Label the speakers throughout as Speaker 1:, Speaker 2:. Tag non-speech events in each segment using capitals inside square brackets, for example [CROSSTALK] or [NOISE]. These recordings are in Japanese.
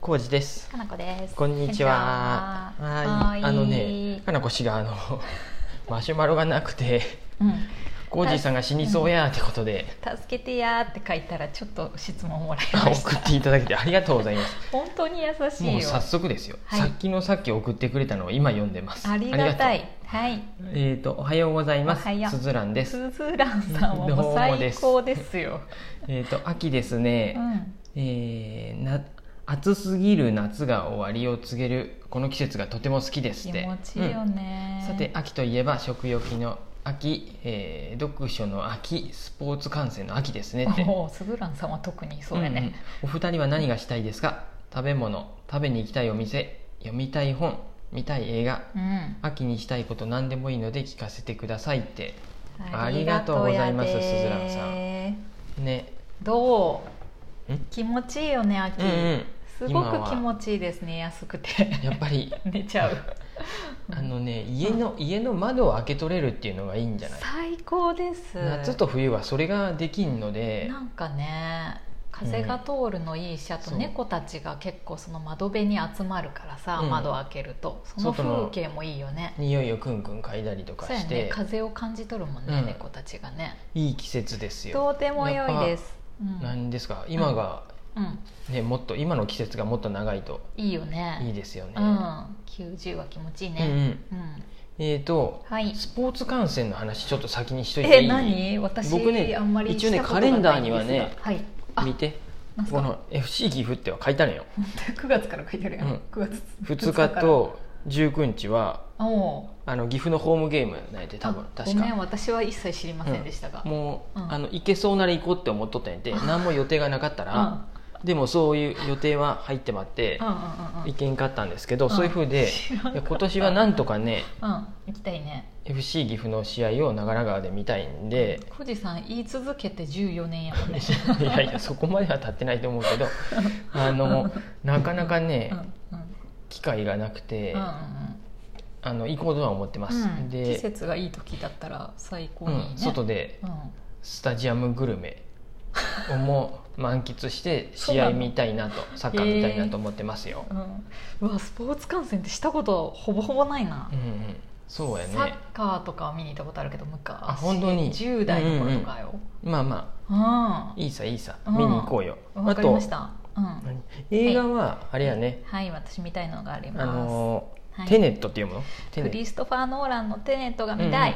Speaker 1: 浩二です。
Speaker 2: かなこです。
Speaker 1: こんにちは。
Speaker 2: こんにちは
Speaker 1: はい。あのね、かなこ氏があの [LAUGHS] マシュマロがなくて、
Speaker 2: うん、
Speaker 1: 浩二さんが死にそうやってことで、
Speaker 2: 助けてやーって書いたら、ちょっと質問もらい
Speaker 1: あ
Speaker 2: まし。
Speaker 1: 送ったていただけてありがとうございます。
Speaker 2: [LAUGHS] 本当に優し
Speaker 1: もう
Speaker 2: いよ。
Speaker 1: 早速ですよ。
Speaker 2: はい
Speaker 1: さっきのさっき送ってくれたのを今読んでます。
Speaker 2: ありがた
Speaker 1: ありがと
Speaker 2: い。はい。
Speaker 1: う。えっ、とおはようございま
Speaker 2: おはよ
Speaker 1: す。
Speaker 2: う
Speaker 1: すずらんです。
Speaker 2: すずらんさんはもう最高ですよ。
Speaker 1: えっ、と秋です
Speaker 2: う
Speaker 1: ね。 [LAUGHS]
Speaker 2: ん、
Speaker 1: えーな暑すぎる夏が終わりを告げるこの季節がとても好きです
Speaker 2: 気
Speaker 1: って
Speaker 2: 持ちいいよ
Speaker 1: う
Speaker 2: ね
Speaker 1: ん。さて秋といえば食欲の秋、えー読書の秋スポーツ観戦の秋ですねって
Speaker 2: おお、すずらんさんは特にそうだ
Speaker 1: うんうん
Speaker 2: ね。
Speaker 1: お二人は何がしたいですか食べ物食べに行きたいお店読みたい本見たい映画
Speaker 2: うん、
Speaker 1: 秋にしたいこと何でもいいので聞かせてくださいってありがとうございます
Speaker 2: ありがとうやです
Speaker 1: ずらんさね
Speaker 2: どう
Speaker 1: うん？
Speaker 2: 気持ちいいよね、秋。
Speaker 1: うんうん
Speaker 2: すご
Speaker 1: 今
Speaker 2: く
Speaker 1: は
Speaker 2: 気持ちいいですね、安くて。
Speaker 1: やっぱり
Speaker 2: [LAUGHS] 寝ちゃう。
Speaker 1: [LAUGHS] あのね家の家の窓を開けとれるっていうのがいいんじゃない
Speaker 2: 最高です
Speaker 1: 夏と冬はそれができんので
Speaker 2: なんかね風が通るのいいし、あと
Speaker 1: そう
Speaker 2: 猫たちが結構その窓辺に集まるからさ、
Speaker 1: うん
Speaker 2: 窓を開けるとその
Speaker 1: 外の
Speaker 2: 風景もいいよね
Speaker 1: 匂いをくんくん嗅いだりとか
Speaker 2: そうや
Speaker 1: し
Speaker 2: ね
Speaker 1: て、
Speaker 2: 風を感じ取るもんね、
Speaker 1: うん
Speaker 2: 猫たちがね
Speaker 1: いい季節ですよ
Speaker 2: とても良いです、うん
Speaker 1: なんですか今が、
Speaker 2: うん
Speaker 1: ね、もっと今の季節がもっと長いと
Speaker 2: いいよね
Speaker 1: いいですよね。
Speaker 2: うん、90は気持ちいい
Speaker 1: うんう
Speaker 2: ね、
Speaker 1: ん
Speaker 2: うん
Speaker 1: えーと、
Speaker 2: はい
Speaker 1: スポーツ観戦の話ちょっと先にしといてい
Speaker 2: え
Speaker 1: い
Speaker 2: 何私
Speaker 1: 僕ね
Speaker 2: あんまり
Speaker 1: 一応ね
Speaker 2: したことがないんですが
Speaker 1: カレンダーにはね
Speaker 2: はいあ
Speaker 1: 見て
Speaker 2: なんす
Speaker 1: こ
Speaker 2: か
Speaker 1: の FC 岐阜っては書いたのよ
Speaker 2: 9月から書いてるやん、
Speaker 1: うん
Speaker 2: 9月
Speaker 1: 2日と19日は
Speaker 2: おお
Speaker 1: あの岐阜のホームゲームなんやて多分
Speaker 2: あ
Speaker 1: 確
Speaker 2: ごめん
Speaker 1: か
Speaker 2: 私は一切知りませんでしたが、うん
Speaker 1: もう、
Speaker 2: うん
Speaker 1: あの行けそうなら行こうって思っとったんやて何も予定がなかった
Speaker 2: う
Speaker 1: ら、
Speaker 2: ん
Speaker 1: でもそういう予定は入ってまって
Speaker 2: うんうんうん
Speaker 1: 行けんかったんですけど、
Speaker 2: ん
Speaker 1: そういうふうで
Speaker 2: [LAUGHS] 知らんか
Speaker 1: い
Speaker 2: った
Speaker 1: や今年はなんとかね
Speaker 2: うん行きたいね
Speaker 1: FC 岐阜の試合を長良川で見たいんで
Speaker 2: 富士山言い続けて14年やもんね
Speaker 1: [LAUGHS] いやいやそこまでは経ってないと思うけ
Speaker 2: [LAUGHS]
Speaker 1: どあのなかなかね
Speaker 2: うんうん
Speaker 1: 機会がなくて、
Speaker 2: うんうん
Speaker 1: あの行こうとは思ってます、
Speaker 2: うん
Speaker 1: で
Speaker 2: 季節がいい時だったら最高にいいね、
Speaker 1: う
Speaker 2: うんん、
Speaker 1: 外でスタジアムグルメをも
Speaker 2: [LAUGHS]
Speaker 1: 満喫して
Speaker 2: そう
Speaker 1: 試
Speaker 2: なの
Speaker 1: 合見たいなとサッカー見たいなと思ってますよ、
Speaker 2: うんうわスポーツ観戦ってしたことほぼほぼないな、
Speaker 1: うんうんそうやね
Speaker 2: サッカーとかは見に行ったことあるけど昔
Speaker 1: あ本当に
Speaker 2: 10代の頃とかよ、
Speaker 1: まあまあ
Speaker 2: うん
Speaker 1: いいさいいさ
Speaker 2: うん
Speaker 1: 見に行こうよ、
Speaker 2: わ
Speaker 1: あ
Speaker 2: かり
Speaker 1: と
Speaker 2: ました、うん、
Speaker 1: 何映画はあれやね、
Speaker 2: はい私見たいのがあります、
Speaker 1: あのー
Speaker 2: はい
Speaker 1: テネットって読むのテネ
Speaker 2: クリストファー・ノーランのテネットが見たい、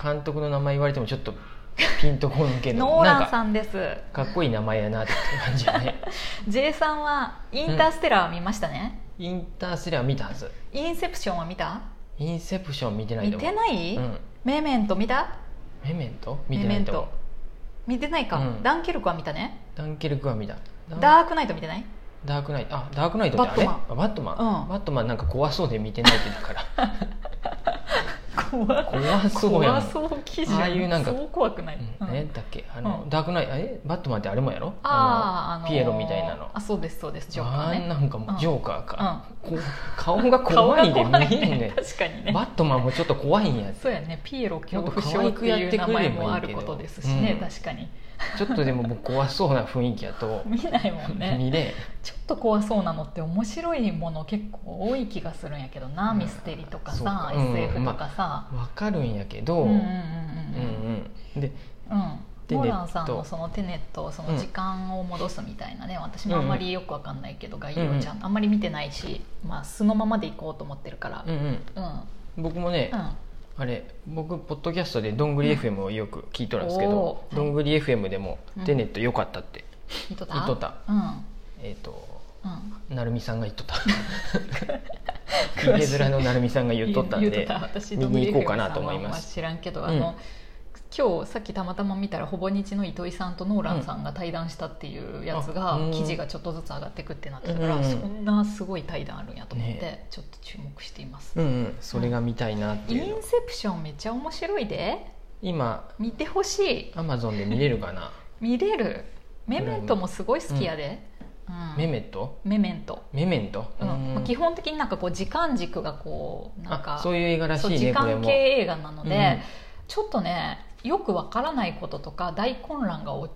Speaker 1: 監督の名前言われてもちょっとピンとこんけど
Speaker 2: [LAUGHS] ノーラン
Speaker 1: なん
Speaker 2: さんです
Speaker 1: かかっこいい名前やなって感じや
Speaker 2: [LAUGHS]
Speaker 1: ね
Speaker 2: J さんはインターステラーを見ましたね、
Speaker 1: インターステラー見たはず
Speaker 2: インセプションは見た
Speaker 1: インセプション見てない
Speaker 2: 見
Speaker 1: と思う
Speaker 2: てない、
Speaker 1: うん、
Speaker 2: メメント見た
Speaker 1: メメント見てないと思う
Speaker 2: メメン見てないか、
Speaker 1: うん
Speaker 2: ダンケルクは見たね
Speaker 1: ダンケルクは見たダン
Speaker 2: ダークナイト見てない
Speaker 1: ダークナイトあダークナイトってあれ
Speaker 2: バッ
Speaker 1: あバットマン
Speaker 2: うん
Speaker 1: バットマンなんか怖そうで見てないってだから
Speaker 2: [LAUGHS] 怖い
Speaker 1: 怖そうやん
Speaker 2: 怖そう記事
Speaker 1: ああいうなんか
Speaker 2: そう怖くない、
Speaker 1: うん
Speaker 2: うん
Speaker 1: 何やったっけあの、
Speaker 2: うん
Speaker 1: ダークナイトあれバットマンってあれもやろ
Speaker 2: ああ、あ
Speaker 1: の
Speaker 2: のー
Speaker 1: ピエロみたいなの
Speaker 2: あそうですそうですジョーカ
Speaker 1: あ
Speaker 2: ー
Speaker 1: ー
Speaker 2: ね
Speaker 1: なんかもうジョーカーか、こ顔が
Speaker 2: 顔
Speaker 1: 怖
Speaker 2: が
Speaker 1: いで
Speaker 2: 怖い
Speaker 1: 見えんね
Speaker 2: 確かにね
Speaker 1: バットマンもちょっと怖いんや
Speaker 2: そうやねピエロ恐怖
Speaker 1: も
Speaker 2: 症
Speaker 1: っ
Speaker 2: っ
Speaker 1: と可愛
Speaker 2: て
Speaker 1: くやっ
Speaker 2: い
Speaker 1: て
Speaker 2: う
Speaker 1: く
Speaker 2: 名
Speaker 1: れればいい
Speaker 2: 前
Speaker 1: けど
Speaker 2: もあることですしね、
Speaker 1: うん
Speaker 2: 確かに
Speaker 1: ちょっとでも僕怖そうな雰囲気やと
Speaker 2: 見ないもんね
Speaker 1: 見れん
Speaker 2: ちょっと怖そうなのって面白いもの結構多い気がするんやけどな、
Speaker 1: うん
Speaker 2: ミステリとか
Speaker 1: そう
Speaker 2: さ
Speaker 1: か、うん
Speaker 2: SF とかさ、
Speaker 1: わかるんやけど、
Speaker 2: うんうんう
Speaker 1: う
Speaker 2: ん
Speaker 1: んうんで
Speaker 2: うんうん
Speaker 1: テネット
Speaker 2: モーランさんのそのテネットをその時間を戻すみたいなね、私もあんまりよくわかんないけど概要ちゃん、あんまり見てないし、まあ、素のままでいこうと思ってるから
Speaker 1: う、んうん
Speaker 2: うん
Speaker 1: 僕もね、
Speaker 2: うん
Speaker 1: あれ僕ポッドキャストでどんぐり FM をよく聞いとるんですけ
Speaker 2: お
Speaker 1: ど、
Speaker 2: ー
Speaker 1: どんぐり FM でも
Speaker 2: うん
Speaker 1: テネット良かったって、
Speaker 2: 見とった
Speaker 1: 見とった
Speaker 2: うん
Speaker 1: えっ、と
Speaker 2: うん
Speaker 1: なるみさんが言っとった
Speaker 2: [LAUGHS] しい
Speaker 1: 家面のなるみさんが言っとったん
Speaker 2: 言
Speaker 1: で
Speaker 2: うとった私
Speaker 1: 見に行こうかなと思います
Speaker 2: 知らんけ
Speaker 1: う
Speaker 2: ど、
Speaker 1: ん
Speaker 2: あの今日さっきたまたま見たらほぼ日の糸井さんとノーランさんが対談したっていうやつが、
Speaker 1: うんあうん
Speaker 2: 記事がちょっとずつ上がってくってなってたから、
Speaker 1: うんうん
Speaker 2: そんなすごい対談あるんやと思って、
Speaker 1: ね
Speaker 2: ちょっと注目しています、
Speaker 1: うんうんそれが見たいなって
Speaker 2: イ
Speaker 1: いうの
Speaker 2: ンセプションめっちゃ面白いで
Speaker 1: 今
Speaker 2: 見てほしい
Speaker 1: アマゾンで見れるかな
Speaker 2: 見れるメメントもすごい好きやで、うん
Speaker 1: メメット
Speaker 2: メメント
Speaker 1: メメント、
Speaker 2: うん
Speaker 1: うん
Speaker 2: まあ基本的になんかこう時間軸がこうなんか
Speaker 1: あそういう映画らし
Speaker 2: そ
Speaker 1: いうね
Speaker 2: 時
Speaker 1: これ
Speaker 2: 間
Speaker 1: も
Speaker 2: 系映画なの
Speaker 1: う
Speaker 2: で、
Speaker 1: ん
Speaker 2: ちょっとねよくわからないこととか大混乱がお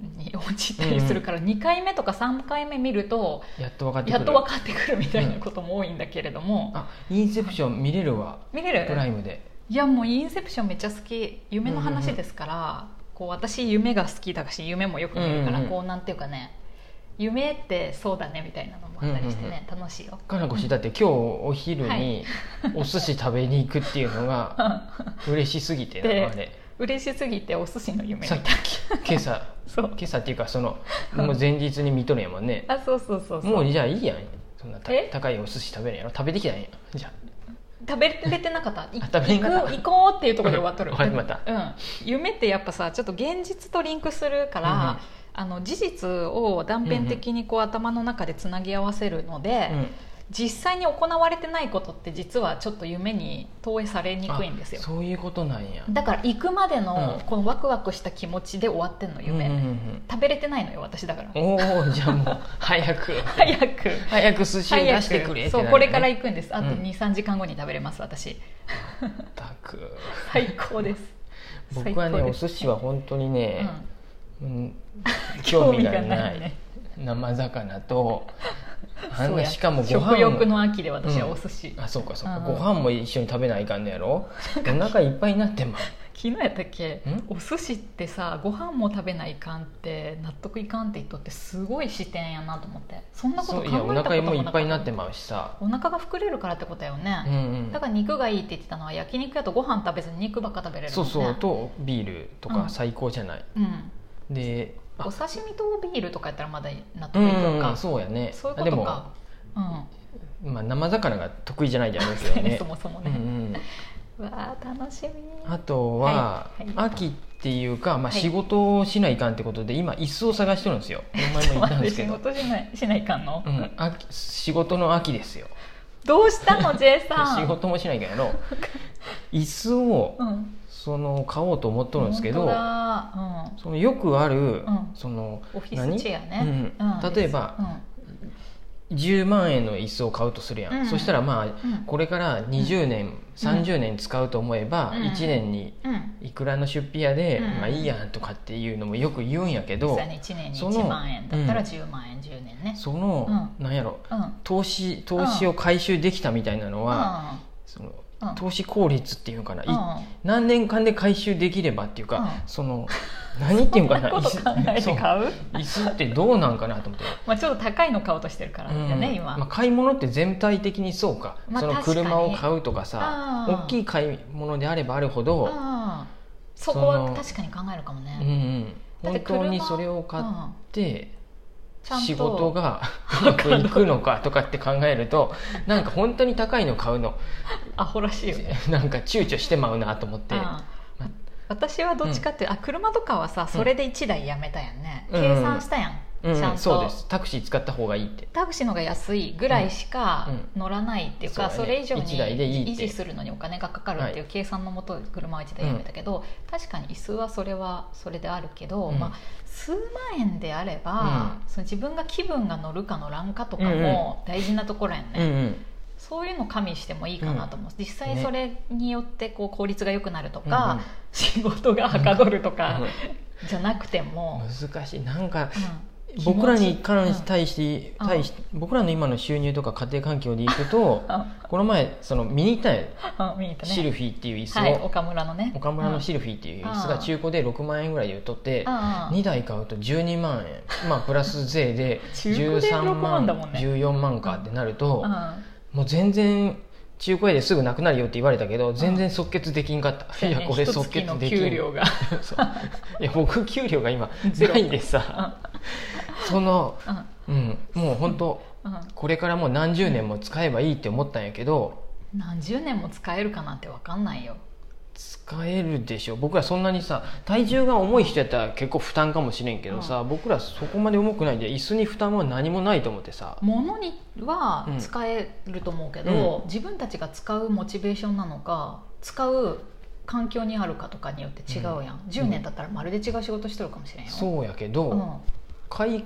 Speaker 2: に陥ったりするから、2回目とか3回目見ると
Speaker 1: やっと分かってく
Speaker 2: や
Speaker 1: る
Speaker 2: っと分かってくるみたいなことも多いんだけれども、
Speaker 1: あインセプション見れるわ
Speaker 2: 見れ
Speaker 1: プライ
Speaker 2: る
Speaker 1: ムで
Speaker 2: いやもう「インセプション」めっちゃ好き夢の話ですから、こう私夢が好きだし夢もよく見るから、
Speaker 1: うんうんうん
Speaker 2: こうなんていうかね夢ってそうだねみたいなのもあったりしてね、楽しいよ。
Speaker 1: かなこしだって今日お昼
Speaker 2: は
Speaker 1: にお寿司食べに行くっていうのが
Speaker 2: [LAUGHS]
Speaker 1: 嬉しすぎて
Speaker 2: で
Speaker 1: なんかね
Speaker 2: 嬉しすぎてお寿司の夢み
Speaker 1: さ
Speaker 2: た
Speaker 1: っ
Speaker 2: い
Speaker 1: き今朝
Speaker 2: [LAUGHS] そう
Speaker 1: 今朝っていうかそのもう前日に見とるんやもんね
Speaker 2: あそうそうそうそう
Speaker 1: もうじゃあいいやんそんなた
Speaker 2: え
Speaker 1: 高いお寿司食べるんやろ食べてきたんやじゃ
Speaker 2: 食べれてなかったい
Speaker 1: あ食べれなかった
Speaker 2: 行こう行こうっていうところで終わっと
Speaker 1: [LAUGHS]
Speaker 2: る
Speaker 1: 終わりまし
Speaker 2: うん、夢ってやっぱさちょっと現実とリンクするから、
Speaker 1: うんうん
Speaker 2: あの事実を断片的にこう頭の中でつなぎ合わせるので
Speaker 1: あ、、うん
Speaker 2: 実際に行われてないことって実はちょっと夢に投影されにくいんですよ
Speaker 1: あそういうことなんや
Speaker 2: だから行くまでの
Speaker 1: うん
Speaker 2: このワクワクした気持ちで終わってんの
Speaker 1: う
Speaker 2: 夢、
Speaker 1: んうん
Speaker 2: 食べれてないのよ私だから
Speaker 1: うん、おおじゃあもう早く
Speaker 2: 早く
Speaker 1: 早く寿司を
Speaker 2: 早
Speaker 1: 出
Speaker 2: く
Speaker 1: してくれってなるね
Speaker 2: そうこれから行くんですあと
Speaker 1: うん
Speaker 2: 23時間後に食べれます私
Speaker 1: ったく
Speaker 2: 最高です
Speaker 1: 僕は
Speaker 2: 最
Speaker 1: ね
Speaker 2: 高
Speaker 1: お
Speaker 2: です
Speaker 1: 寿司は本当に
Speaker 2: う
Speaker 1: ね、
Speaker 2: ん
Speaker 1: う
Speaker 2: [LAUGHS]
Speaker 1: ん
Speaker 2: 興
Speaker 1: 興
Speaker 2: 味
Speaker 1: 味
Speaker 2: が
Speaker 1: が
Speaker 2: な
Speaker 1: ないい
Speaker 2: ね
Speaker 1: 生魚とあ
Speaker 2: そ
Speaker 1: ん
Speaker 2: う
Speaker 1: な
Speaker 2: や
Speaker 1: しかもご飯
Speaker 2: 食欲
Speaker 1: も
Speaker 2: の秋で私はお寿司、昨
Speaker 1: あそうかそうか、
Speaker 2: うん
Speaker 1: ご飯も一緒に食べないかんのやろお腹いっぱいになってま
Speaker 2: 日やったっけ
Speaker 1: ん
Speaker 2: お寿司ってさご飯も食べないかんって納得いかんって言っとってすごい視点やなと思ってそんなこと
Speaker 1: そ
Speaker 2: 考
Speaker 1: う
Speaker 2: え
Speaker 1: い
Speaker 2: た
Speaker 1: やお
Speaker 2: こともなか
Speaker 1: 腹もいっぱいにな
Speaker 2: っ
Speaker 1: っててまうしさ、
Speaker 2: お腹が膨れるからってことだよ
Speaker 1: うん
Speaker 2: ね、
Speaker 1: うん
Speaker 2: だから肉がいいって言ってたのは焼肉やとご飯食べずに肉ばっか食べれるも
Speaker 1: そ
Speaker 2: ん
Speaker 1: う
Speaker 2: ね
Speaker 1: そうとビールと
Speaker 2: うん
Speaker 1: か最高じゃない、
Speaker 2: うん、
Speaker 1: で
Speaker 2: お
Speaker 1: あ
Speaker 2: 刺身とビールとかやったらまだ納
Speaker 1: う
Speaker 2: 得いく
Speaker 1: ん、
Speaker 2: か、
Speaker 1: うん、そうやね
Speaker 2: そうい
Speaker 1: あ
Speaker 2: うこ
Speaker 1: で
Speaker 2: と
Speaker 1: も、
Speaker 2: かうん
Speaker 1: まあ、生魚が得意じゃないじゃないですよね
Speaker 2: [LAUGHS] そもそも
Speaker 1: うん
Speaker 2: ね、
Speaker 1: うん
Speaker 2: うわー楽しみ
Speaker 1: あとは、
Speaker 2: はいはい
Speaker 1: 秋っていうか、まあ、
Speaker 2: はい
Speaker 1: 仕事をしないかんってことで、今椅子を探してるんですよこの前も言ったんですけど
Speaker 2: 待って仕事しないしないかんの、
Speaker 1: うん、秋仕事の秋ですよ
Speaker 2: どうしたの J さん
Speaker 1: 仕事もしないけ
Speaker 2: [LAUGHS]
Speaker 1: ど椅子を
Speaker 2: うん
Speaker 1: その買おうと思っとるんですけ
Speaker 2: 本
Speaker 1: ど
Speaker 2: 当だ
Speaker 1: そのよくある、
Speaker 2: ん
Speaker 1: その
Speaker 2: うん、オフィスチェアね、
Speaker 1: 何うん例えば10万円の椅子を買うとするやん、
Speaker 2: うん
Speaker 1: そしたらま
Speaker 2: うん、う
Speaker 1: あ
Speaker 2: ん
Speaker 1: これから20年、30年使うと思えば、
Speaker 2: うん
Speaker 1: 1年に
Speaker 2: うん
Speaker 1: いくらの出費やで、
Speaker 2: うん
Speaker 1: まあいいやんとかっていうのもよく言うんやけ
Speaker 2: そ
Speaker 1: ど
Speaker 2: うやね1年に
Speaker 1: その
Speaker 2: 1万円だったら10万円10年ね
Speaker 1: その、なんやろ
Speaker 2: うんうん
Speaker 1: 投資投資を回収できたみたいなのは、その
Speaker 2: うん
Speaker 1: 投資効率っていうのかな、い
Speaker 2: うん
Speaker 1: 何年間で回収できればっていうか、
Speaker 2: うん
Speaker 1: その何っていうんかな
Speaker 2: [LAUGHS] そんなこと考え
Speaker 1: 椅子
Speaker 2: て
Speaker 1: そう
Speaker 2: 買う
Speaker 1: 椅子ってどうなんかなと思って、
Speaker 2: まあちょっと高いの買おうとしてるからだよね、
Speaker 1: うん
Speaker 2: 今、
Speaker 1: まあ、買い物って全体的にそうか、
Speaker 2: まあ
Speaker 1: その
Speaker 2: 確かに
Speaker 1: 車を買うとかさ
Speaker 2: あー
Speaker 1: 大きい買い物であればあるほ
Speaker 2: うん
Speaker 1: ど、
Speaker 2: そこは確かに考えるかも
Speaker 1: う
Speaker 2: ね
Speaker 1: んうん、
Speaker 2: だって
Speaker 1: 本当
Speaker 2: 車
Speaker 1: にそれを買って、
Speaker 2: ちゃんと
Speaker 1: 仕事
Speaker 2: [LAUGHS]
Speaker 1: がうまくいくのかとかって考えるとなんか本当に高いの買うの
Speaker 2: アホらしいよね
Speaker 1: [LAUGHS] なんか躊躇してまうなと思って。
Speaker 2: ああ私はどっちかっていう、あ車とかはさそれで1台やめたやんね、
Speaker 1: うん
Speaker 2: 計算したやん、
Speaker 1: うん
Speaker 2: ちゃんと
Speaker 1: そうですタクシー使った方がいいって
Speaker 2: タクシーの方が安いぐらいしか乗らないっていうか、
Speaker 1: うんうん
Speaker 2: それ以上に
Speaker 1: そうだね一台でいい
Speaker 2: 維
Speaker 1: って
Speaker 2: 持するのにお金がかかるっていう計算のもと車は1台やめたけど、確かに椅子はそれはそれであるけど、
Speaker 1: うん
Speaker 2: まあ、数万円であれば、その自分が気分が乗るか乗らんかとかも大事なところやんね、
Speaker 1: うんうん
Speaker 2: そういうの加味してもいいかなと思う、実際それによってこう効率が良くなるとか、
Speaker 1: うんうん
Speaker 2: 仕事がはかどると
Speaker 1: あ
Speaker 2: か
Speaker 1: の
Speaker 2: じゃなくても、
Speaker 1: 難しいなんか
Speaker 2: うん
Speaker 1: 僕らに
Speaker 2: 気持ち
Speaker 1: 関し対して
Speaker 2: うん
Speaker 1: 対し僕らの今の収入とか家庭環境でいくと
Speaker 2: あ
Speaker 1: この前その見に行ったんや
Speaker 2: あ見に行ったね
Speaker 1: シルフィーっていう椅子
Speaker 2: はい、
Speaker 1: を
Speaker 2: 岡村のね
Speaker 1: 岡村の
Speaker 2: ル
Speaker 1: シルフィーっていう椅子が中古で6万円ぐらいで売っとって2台買うと12万円まあプラス税で
Speaker 2: [LAUGHS] 中古で
Speaker 1: 13
Speaker 2: 6万
Speaker 1: 万
Speaker 2: だもんね
Speaker 1: 14万かってなるともう全然中古屋ですぐなくなるよって言われたけど全然即決できんか
Speaker 2: [LAUGHS]
Speaker 1: ったいやこれ即決でき
Speaker 2: 給
Speaker 1: ん
Speaker 2: 料が
Speaker 1: [LAUGHS]
Speaker 2: [LAUGHS]
Speaker 1: そういや僕給料が今
Speaker 2: ゼロ
Speaker 1: ないでさその、
Speaker 2: うん
Speaker 1: うん、もう本当
Speaker 2: うん
Speaker 1: これからもう何十年も使えばいいって思ったんやけど
Speaker 2: 何十年も使えるかなんて分かんないよ
Speaker 1: 使えるでしょ僕らそんなにさ体重が重い人やったら結構負担かもしれんけどさ、僕らそこまで重くないんで椅子に負担は何もないと思ってさ、
Speaker 2: 物には使えると思うけど、自分たちが使うモチベーションなのか使う環境にあるかとかによって違うやん、10年経ったらまるで違う仕事してるかもしれんよ
Speaker 1: そうやけど、
Speaker 2: うん、
Speaker 1: 買い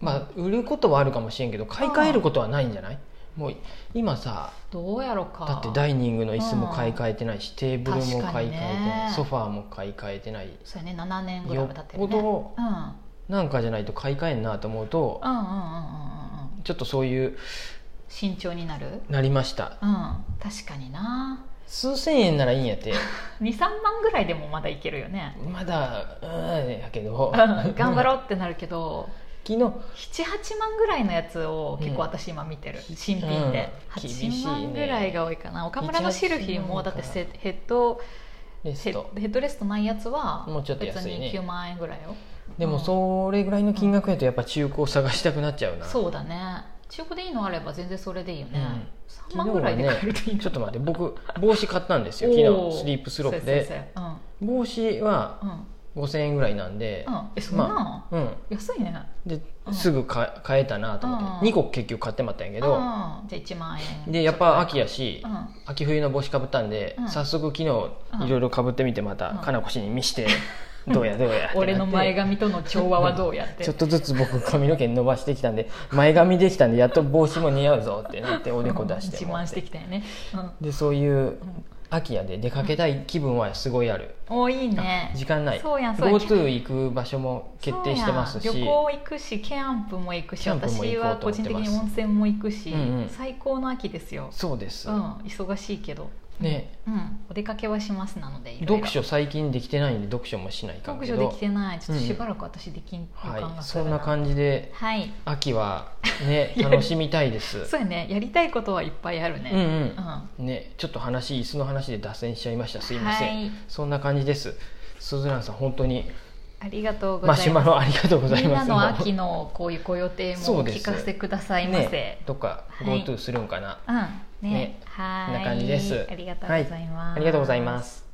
Speaker 1: まあ売ることはあるかもしれんけど買い替えることはないんじゃないもう今さ
Speaker 2: どうやろか
Speaker 1: だってダイニングの椅子も買い替えてないし、テーブルも買い替えて
Speaker 2: 確かに
Speaker 1: な
Speaker 2: ね
Speaker 1: いソファーも買い替えてない
Speaker 2: そうやね7年ぐらい
Speaker 1: よ
Speaker 2: は経っ
Speaker 1: って
Speaker 2: る
Speaker 1: ぽ
Speaker 2: ね
Speaker 1: ど
Speaker 2: うん
Speaker 1: なんかじゃないと買い替えんなと思うと
Speaker 2: うんうんうんうんうん
Speaker 1: ちょっとそういう
Speaker 2: 慎重になる
Speaker 1: なりました
Speaker 2: うん確かにな
Speaker 1: 数千円ならいいんや
Speaker 2: [LAUGHS]
Speaker 1: って
Speaker 2: 23万ぐらいでもまだいけるよね
Speaker 1: まだうーんやけど
Speaker 2: うん頑張ろうってなるけど
Speaker 1: 昨日
Speaker 2: 78万ぐらいのやつを結構私今見てる、新品で、
Speaker 1: うん厳しいね
Speaker 2: 8万ぐらいが多いかな岡村のシルフィーも
Speaker 1: 78
Speaker 2: だってセヘッド
Speaker 1: レ
Speaker 2: ヘ
Speaker 1: スト
Speaker 2: ッヘッドレストないやつは
Speaker 1: もうちょっと
Speaker 2: 別
Speaker 1: 安いね
Speaker 2: に9万円ぐらいよ、
Speaker 1: でもそれぐらいの金額やとやっぱ中古を探したくなっちゃうな
Speaker 2: そうだね中古でいいのあれば全然それでいいよね、
Speaker 1: うん
Speaker 2: 3万ぐらいで買えるといいん
Speaker 1: ちょっと待って僕帽子買ったんですよ昨日スリープスロープで
Speaker 2: うんうん
Speaker 1: 帽子は
Speaker 2: うん
Speaker 1: 5000円ぐらいなんで、
Speaker 2: えそんなん、
Speaker 1: うん
Speaker 2: 安いね
Speaker 1: で
Speaker 2: うん
Speaker 1: すぐか買えたなと思って
Speaker 2: うん
Speaker 1: 2個結局買ってまったんやけ
Speaker 2: け
Speaker 1: ど
Speaker 2: じゃあ1万円
Speaker 1: でやっぱ秋やし
Speaker 2: うん
Speaker 1: 秋冬の帽子かぶったんで
Speaker 2: うん
Speaker 1: 早速昨日いろいろかぶってみてまた
Speaker 2: うん
Speaker 1: かなこ氏に見してどうやどうやってなって
Speaker 2: [LAUGHS] 俺の前髪との調和はどうやって
Speaker 1: ちょっとずつ僕髪の毛伸ばしてきたんで前髪できたんでやっと帽子も似合うぞってなっておでこ出して
Speaker 2: 自
Speaker 1: もら
Speaker 2: 慢
Speaker 1: っ
Speaker 2: して
Speaker 1: て
Speaker 2: きたよね、うん
Speaker 1: でそういう秋やで出かけたい気分はすごいある
Speaker 2: おいいね
Speaker 1: 時間ない
Speaker 2: そうやんそうやん
Speaker 1: GoTo 行く場所も決定してますし
Speaker 2: そうや旅行行くしキャンプも行くし
Speaker 1: キャンプも行こう
Speaker 2: 私
Speaker 1: と思
Speaker 2: は
Speaker 1: って
Speaker 2: 個
Speaker 1: ます
Speaker 2: 人的に温泉も行くし、
Speaker 1: うんうん
Speaker 2: 最高の秋ですよ、
Speaker 1: そうです
Speaker 2: うん、忙しいけど、
Speaker 1: ね
Speaker 2: うん、お出かけはしますなのでいろいろ
Speaker 1: 読書最近できてないんで読書もしないかんけ
Speaker 2: 読書
Speaker 1: ど
Speaker 2: できてないちょっとしばらく私できん予感
Speaker 1: は
Speaker 2: が
Speaker 1: い
Speaker 2: す
Speaker 1: そ
Speaker 2: る
Speaker 1: んな感じで
Speaker 2: はい
Speaker 1: 秋はね
Speaker 2: [LAUGHS] いや
Speaker 1: 楽しみたいです
Speaker 2: そうやねやりたいことはいっぱいある
Speaker 1: うんう
Speaker 2: ね、
Speaker 1: んねちょっと話椅子の話で脱線しちゃいましたすいません、
Speaker 2: はい
Speaker 1: そんな感じですすずらんさん本当に
Speaker 2: ありがとうござい
Speaker 1: マ
Speaker 2: ます
Speaker 1: シュマロありがとうござい
Speaker 2: みん
Speaker 1: ま
Speaker 2: な
Speaker 1: す
Speaker 2: の秋
Speaker 1: も
Speaker 2: のこういうご予定も
Speaker 1: そう
Speaker 2: お
Speaker 1: です
Speaker 2: 聞かせくださ
Speaker 1: う
Speaker 2: いませ、
Speaker 1: ねどっか
Speaker 2: はい
Speaker 1: GoTo するんかな、
Speaker 2: うんね
Speaker 1: ね
Speaker 2: はーい
Speaker 1: こんな感じです
Speaker 2: ありがとうございます、
Speaker 1: ありがとうございます